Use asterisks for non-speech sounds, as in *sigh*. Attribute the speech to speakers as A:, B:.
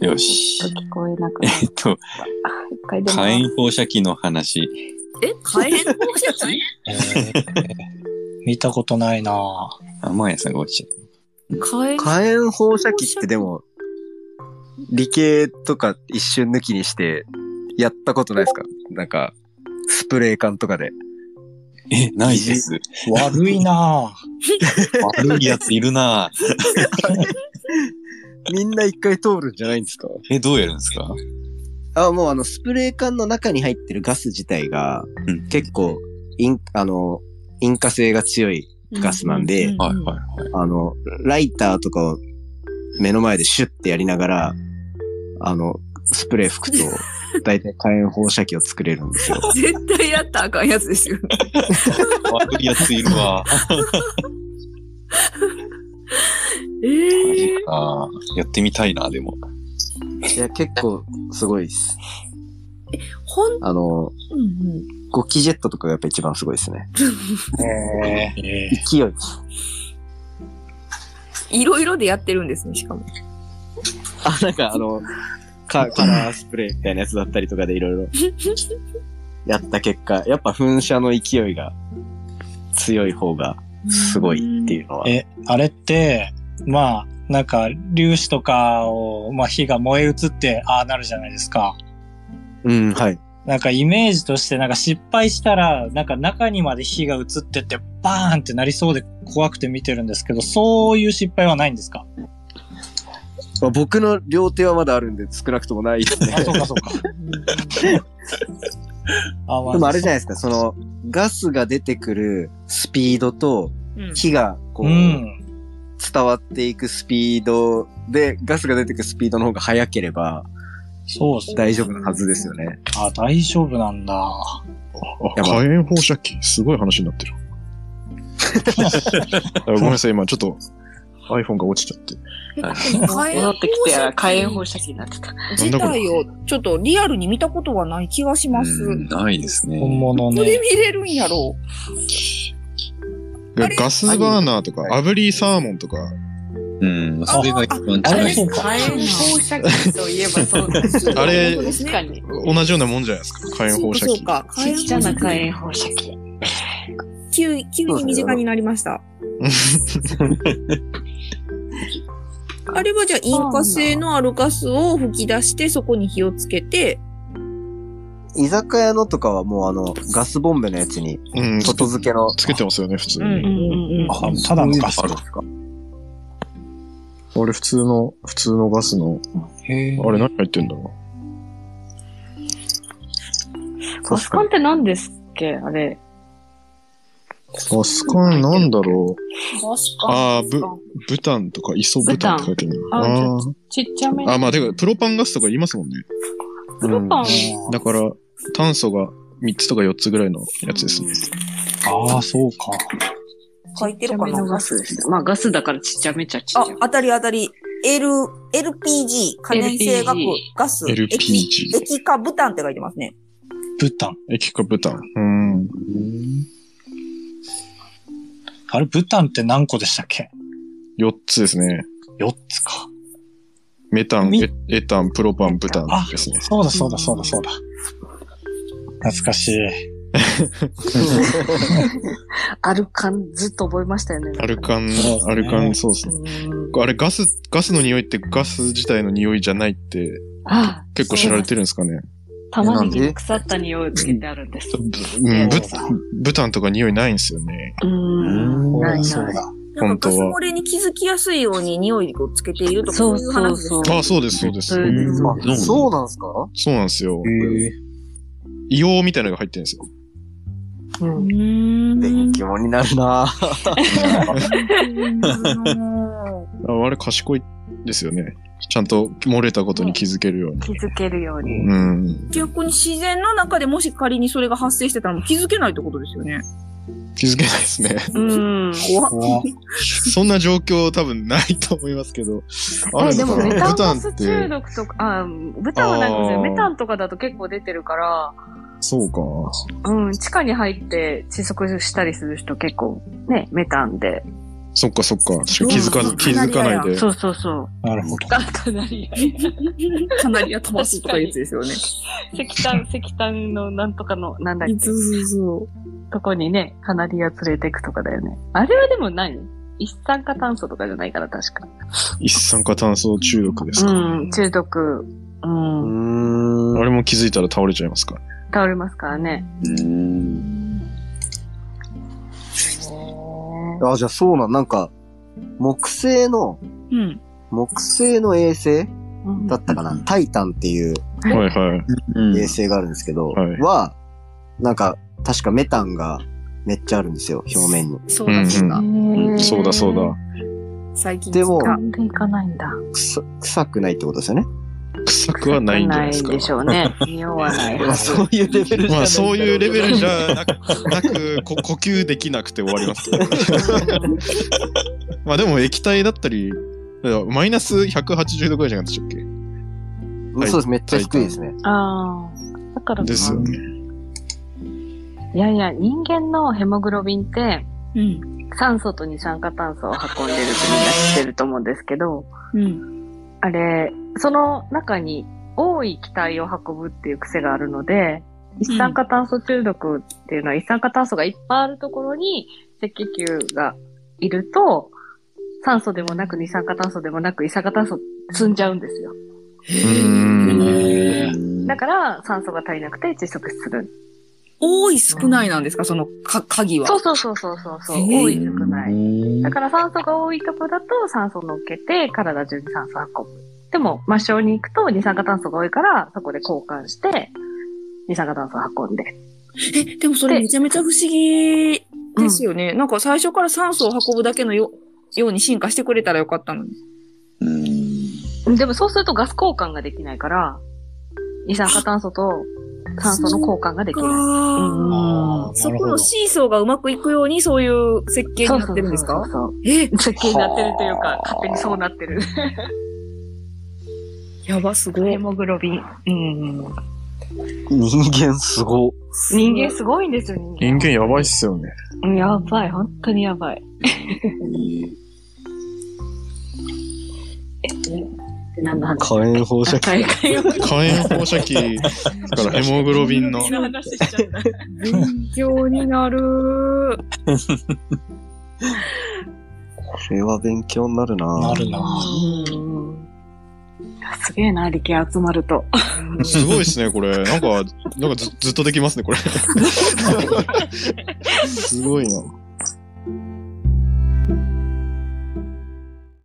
A: よし
B: *laughs*
C: ちょっと聞こえなくなっ
A: えっ
C: た。
A: と、
C: 一回でも
A: 火炎放射器の話。
D: え火炎放射器
E: えー見たことないなぁ
A: 甘やさんが落ちちゃっ
D: 火炎
F: 火炎放射器ってでも、理系とか一瞬抜きにして、やったことないですかなんか、スプレー缶とかで。
A: た。え、ないです。
E: 悪いなぁ
A: 悪いやついるなぁ
F: *laughs* みんな一回通るんじゃないんですか
A: え、どうやるんですか
G: あ、もうあの、スプレー缶の中に入ってるガス自体が
A: うん、
G: 結構、イン、あの、引火性が強い。ガスなんで
D: う
A: はい
D: うん
A: はいはい。
G: あの、ライターとかを目の前でシュッてやりながら、あの、スプレー
F: *laughs*
G: 吹くと、だいたい火炎放射器を作れるんですよ。
D: 絶対やったらあかんやつですよね。
A: 悪いやついるわ。
D: え
A: マジ
D: ー、
A: か。やってみたいな、でも。
G: いや、結構すごいです。
D: ほん、
G: あ
D: う
G: の、
D: んうん。
G: ゴキジェットとかがやっぱ一番すごいですね。
E: えー
G: 勢い。
D: いろいろでやってるんですね、しかも。
G: あ、なんかあの、カカラースプレーみたいなやつだったりとかでいろいろやった結果、やっぱ噴射の勢いが強い方がすごいっていうのは。
E: え、あれって、まあ、なんか、粒子とかを、まあ、火が燃え移って、ああなるじゃないですか。
G: うん、はい。
E: なんかイメージとして、なんか失敗したら、なんか中にまで火が移ってって、バーンってなりそうで怖くて見てるんですけど、そういう失敗はないんですか
G: まあ僕の両手はまだあるんで少なくともないですね
E: あ、。そうかそうか。あ、ま
G: *laughs* でもあれじゃないですか、その、ガスが出てくるスピードと、
D: うん
G: 火がこう、
E: うん。
G: 伝わっていくスピードで、ガスが出てくるスピードの方が速ければ
E: そうっすね。
G: 大丈夫なはずですよね。
E: あ、大丈夫なんだ。
G: や
H: あ
G: ばい
H: 火炎放射器、すごい話になってる。あごめんなさい、今ちょっと iPhone が落ちちゃって。
D: 戻
C: 戻ってきて、火炎放射器になってた。
D: 自体をちょっとリアルに見たことがない気がします。
A: うんないですね。
E: 本物
D: これ
E: ね。
D: 見れるんやろあれ
H: ガスバーナーとか、炙りサーモンとか、
A: うん、それが一番
E: あ
A: 近
E: れ
A: い。
E: そ
C: 火
E: うか。
C: 炎放射器といえばそうだ。
D: う。
H: あれ
D: です
C: 確かに。
H: 同じようなもんじゃないですか、火炎放射
D: そう
H: 器。
D: か、
C: ちっちゃな火
D: 火炎
C: 炎放射器。
D: 放射器急に急に身近になりました。あれはじゃあ、引火性のアルカスを吹き出して、そこに火をつけて、
G: 居酒屋のとかはもうあの、ガスボンベのやつに、
H: *laughs* うん、ちょ
G: 外
H: っと
G: 付けの、
H: つけてますよね、普通
D: うんうん
H: に。
D: うんうん。
E: あただのガス
A: ある
E: か。
H: 俺、普通の、普通のガスの、
E: へー
H: あれ何入ってんだろ
C: ガス缶って何ですっけあれ。
H: う。ガス缶なんだろう。
C: ガス
H: ああ、ぶ、ブタンとか、イソブタンって書いてるの。
C: あー
H: あ
C: ちっちゃめ
H: あ。。あ、まあ、てか、プロパンガスとか言いますもんね。
C: プロパン。
H: だから、炭素が3つとか4つぐらいのやつですね。
E: ああ、そうか。
D: 書いてるか
C: ちっちゃめの
D: な
C: ガスですね。まあガスだからちっちゃめちゃちっ
D: あ
C: ちゃ、め。
D: 当たり当たり。L、LPG、可燃性学
C: LPG
D: ガス、
H: LPG
D: 液液化ブタンって書いてますね。
E: ブタン。
H: 液化ブタン。うん。
E: あれ、ブタンって何個でしたっけ
H: 4つですね。
E: ?4 つか。
H: メタン、
E: み
H: エエタン、プロパン、ブタン
E: あ
H: ですね。
E: そうだそうだそうだそうだ。懐かしい。
C: アルカンずっと覚えましたよね。
H: アルカン
E: そうです、ね
H: アルカン、そうですね。
C: うん
H: あれ、ガス、ガスの匂いってガス自体の匂いじゃないって、
C: あ
H: 結構知られてるんですかね。
C: 玉ねぎに腐った匂いをつけてあるんです。
H: うん、ブ
E: そうだ
H: ブタンとか匂いないんですよね。
C: うーん。
E: そう
C: ない
E: だそ
C: な
E: う
C: い。
E: だ。
D: なん
H: 本
D: か
H: 当
D: ガ
H: は
D: ス漏れに気づきやすいように匂いをつけているとか、そ
C: そうう
D: い
C: そうう
D: 話です
C: そ
D: よ
C: う
D: ね。
H: あ、そうです、そうです。
C: それでそう
A: うん
G: そうなんですか
H: そうなんですよ。硫黄みたいなのが入ってるんですよ。
C: うん
G: 勉強になるなぁ。
H: ああれ、賢いですよね。ちゃんと漏れたことに気づけるように。
C: 気づけるように。
H: うん。
D: 逆に自然の中でもし仮にそれが発生してたらもう気づけないってことですよね。
H: 気づけないですね。
C: うん。
D: 怖っ
E: 怖っ
H: そんな状況多分ないと思いますけど。あ
C: え、でも
H: ブ
C: メタン
H: タ
C: ガ
H: ンっ
C: ス中
H: て、
C: 毒とか、あ、ブタンはないかもしれない。メタンとかだと結構出てるから、
H: そうか。
C: うん、地下に入って窒息したりする人結構ね、メタンで
H: そっかそっか。気づかず、気づかないで。
C: そうそうそう。
E: なるほど。
B: かなりや。
D: かなりや飛ばすとかいうやつですよね。
B: 石炭、石炭のなんとかの、なんだっけ、
D: そうそうそ
B: とこにね、カナリア連れてくとかだよね。あれはでも何一酸化炭素とかじゃないから、確か。
H: 一酸化炭素中毒です
B: う
H: か。
B: ん、中毒、う、
G: うんん。
H: あれも気づいたら倒れちゃいますからね。
B: 倒れますからね。
A: うん。
G: あ、じゃあそうなん、なんか、木星の、
D: う。うん。
G: 木星の衛星
B: うん
G: だったかな、
A: うん
G: タイタンっていう
H: はいはい。
A: うん
G: 衛星があるんですけど、
H: はい
G: は、なんか、確かメタンがめっちゃあるんですよ、表面に。
D: そうだそうだ。
B: へー
H: そうだそうだ。
D: 最近
G: でも
D: あ
B: 全然いかないんだ。
G: 臭、臭くないってことですよね。
H: 臭くはないんじゃないですか
B: 臭くないで。しょうね。匂わない。
G: まあそういうレベルじゃないんだろうけど。
H: まあそういうレベルじゃなくなくこ呼吸できなくて終わります *laughs* けどまあでも液体だったりいやマイナス180度ぐらいじゃなかったっけ
G: うんそうです、めっちゃ低いですね。
B: ああ。だからか
H: ですよね。
B: いやいや、人間のヘモグロビンって、
D: うん。
B: 酸素と二酸化炭素を運んでるってみんな知ってると思うんですけど、
D: うん。
B: あれ、その中に多い気体を運ぶっていう癖があるので、一酸化炭素中毒っていうのは一酸化炭素がいっぱいあるところに赤球がいると、酸素でもなく二酸化炭素でもなく一酸化炭素積んじゃうんですよ。
H: うん
B: だから酸素が足りなくて窒息する。
D: 多い少ないなんですかそのか鍵は。
B: そうそうそうそうそうそう、
D: へー
B: 多い少ない。だ
A: い。
B: から酸素が多いとこだと酸素乗っけて体中に酸素運ぶ。でも末梢に行くと二酸化炭素が多いからそこで交換して二酸化炭素を運んで。
D: え、でもそれめちゃめちゃ不思議ですよね。なんか最初から酸素を運ぶだけのよように進化してくれたらよかったのに。
A: うん。
B: でもそうするとガス交換ができないから二酸化炭素と酸素の交換ができない。
D: あー
E: ああ、
D: そ
E: なる
D: こ
E: ほど
D: の。シーソーがうまくいくようにそういう設計になってるんです
B: そ
D: か
B: うそうそう
D: え、
B: そう設計になってるというか、勝手にそうなってる。
D: やばすご
B: ヘ
D: い。
B: モグロビン。うん。
G: 人間すご。
B: 人間すごいんですよ、人間
H: 人間やばいっすよね。。
B: うんやばい、本当にやばい。 *laughs* え何の話
G: 火炎放射器。
B: 大会を
H: 火炎放射器からヘモグロビンの。
B: 話しちゃった。
D: *laughs* 勉強になる。
G: これは勉強になるな
E: なるな。
B: すげえな、力集まると。
H: すごいですね、これ。なんか、なんかずずっとできますね、これ。すごいな。